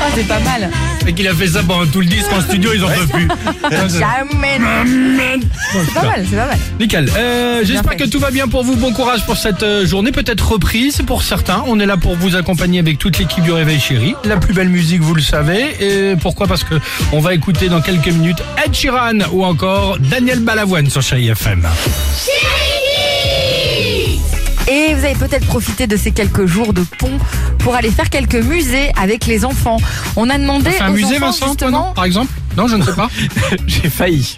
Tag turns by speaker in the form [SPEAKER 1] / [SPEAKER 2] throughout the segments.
[SPEAKER 1] Ah, c'est pas mal.
[SPEAKER 2] Et qu'il a fait ça pendant tout le disque en studio, ils en peuvent plus.
[SPEAKER 1] C'est pas mal, c'est pas mal.
[SPEAKER 2] Nickel. Euh, J'espère
[SPEAKER 1] fait.
[SPEAKER 2] que tout va bien pour vous. Bon courage pour cette euh, journée, peut-être reprise pour certains. On est là pour vous accompagner avec toute l'équipe du Réveil Chéri. La plus belle musique, vous le savez. Et pourquoi Parce que on va écouter dans quelques minutes Ed Sheeran ou encore Daniel Balavoine sur Chéri FM.
[SPEAKER 1] Et vous avez peut-être profité de ces quelques jours de pont pour aller faire quelques musées avec les enfants. On a demandé
[SPEAKER 2] C'est un
[SPEAKER 1] aux
[SPEAKER 2] musée,
[SPEAKER 1] enfants,
[SPEAKER 2] Vincent, toi, non
[SPEAKER 1] justement.
[SPEAKER 2] Par exemple Non, je ne sais pas.
[SPEAKER 3] J'ai failli.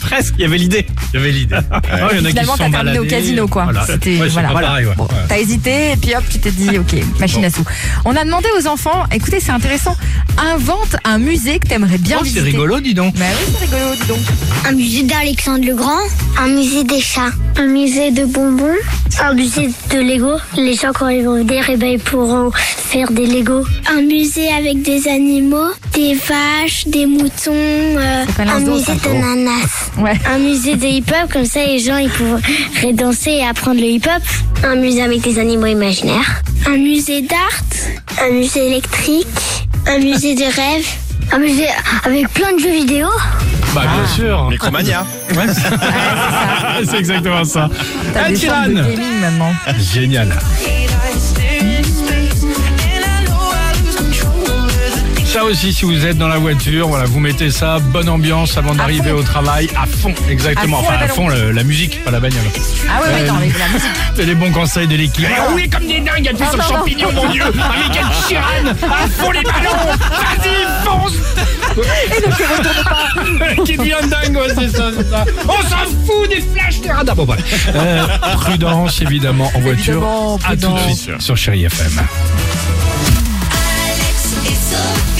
[SPEAKER 3] Presque, il y avait l'idée.
[SPEAKER 2] Il y avait l'idée. Ah, il y en a qui
[SPEAKER 1] Finalement,
[SPEAKER 2] se
[SPEAKER 1] t'as
[SPEAKER 2] sont
[SPEAKER 1] terminé au
[SPEAKER 2] baladés.
[SPEAKER 1] casino, quoi.
[SPEAKER 2] Voilà.
[SPEAKER 1] C'était
[SPEAKER 2] Ouais, c'est
[SPEAKER 1] voilà.
[SPEAKER 2] pas pareil, ouais.
[SPEAKER 1] Bon,
[SPEAKER 2] Ouais.
[SPEAKER 1] T'as hésité et puis hop, tu t'es dit, ok, machine à sous. On a demandé aux enfants. Écoutez, c'est intéressant. Invente un musée que t'aimerais bien
[SPEAKER 2] Oh, c'est
[SPEAKER 1] visiter.
[SPEAKER 2] rigolo, dis donc.
[SPEAKER 1] Bah oui, c'est rigolo, dis donc.
[SPEAKER 4] Un musée d'Alexandre le Grand. Un musée des chats. Un musée de bonbons. Un musée de Lego. Les gens, quand ils vont venir, eh ben, ils pourront faire des Lego. Un musée avec des animaux. Des vaches, des moutons. euh,
[SPEAKER 1] s'appelle un
[SPEAKER 4] un
[SPEAKER 1] zoo,
[SPEAKER 4] musée
[SPEAKER 1] ça.
[SPEAKER 4] d'ananas.
[SPEAKER 1] Ouais.
[SPEAKER 4] Un musée de hip-hop, comme ça les gens ils pourraient danser et apprendre le hip-hop. Un musée avec des animaux imaginaires. Un musée d'art. Un musée électrique. Un musée de rêve. Un musée avec plein de jeux vidéo.
[SPEAKER 2] Bah, bien
[SPEAKER 1] Ah.
[SPEAKER 2] sûr.
[SPEAKER 3] Micromania.
[SPEAKER 2] c'est exactement ça.
[SPEAKER 1] T'as
[SPEAKER 2] Ed
[SPEAKER 1] des formes de
[SPEAKER 2] Sheeran.
[SPEAKER 1] gaming maintenant.
[SPEAKER 2] Génial. Ça aussi, si vous êtes dans la voiture, voilà, vous mettez ça, bonne ambiance avant d'arriver
[SPEAKER 1] fond.
[SPEAKER 2] au travail, à fond, exactement.
[SPEAKER 1] À fond,
[SPEAKER 2] enfin,
[SPEAKER 1] la
[SPEAKER 2] à fond, le- la musique, pas la bagnole.
[SPEAKER 1] Ah oui, oui, non, mais la musique.
[SPEAKER 2] C'est les bons conseils de l'équipe. Ah oui, comme des dingues, à tous
[SPEAKER 1] Non, non,
[SPEAKER 2] sur
[SPEAKER 1] non.
[SPEAKER 2] champignons, mon dieu. Avec Ed Sheeran, à fond les ballons. Vas-y, fonce. Qui devient dingue, ouais, c'est ça, c'est ça. On s'en fout des flashs, des radars. Bon, bref. Euh, prudence, évidemment, en voiture.
[SPEAKER 1] Évidemment,
[SPEAKER 2] à tout de
[SPEAKER 1] prudence.
[SPEAKER 2] suite sur Chéri FM.
[SPEAKER 5] Alex et Sophie.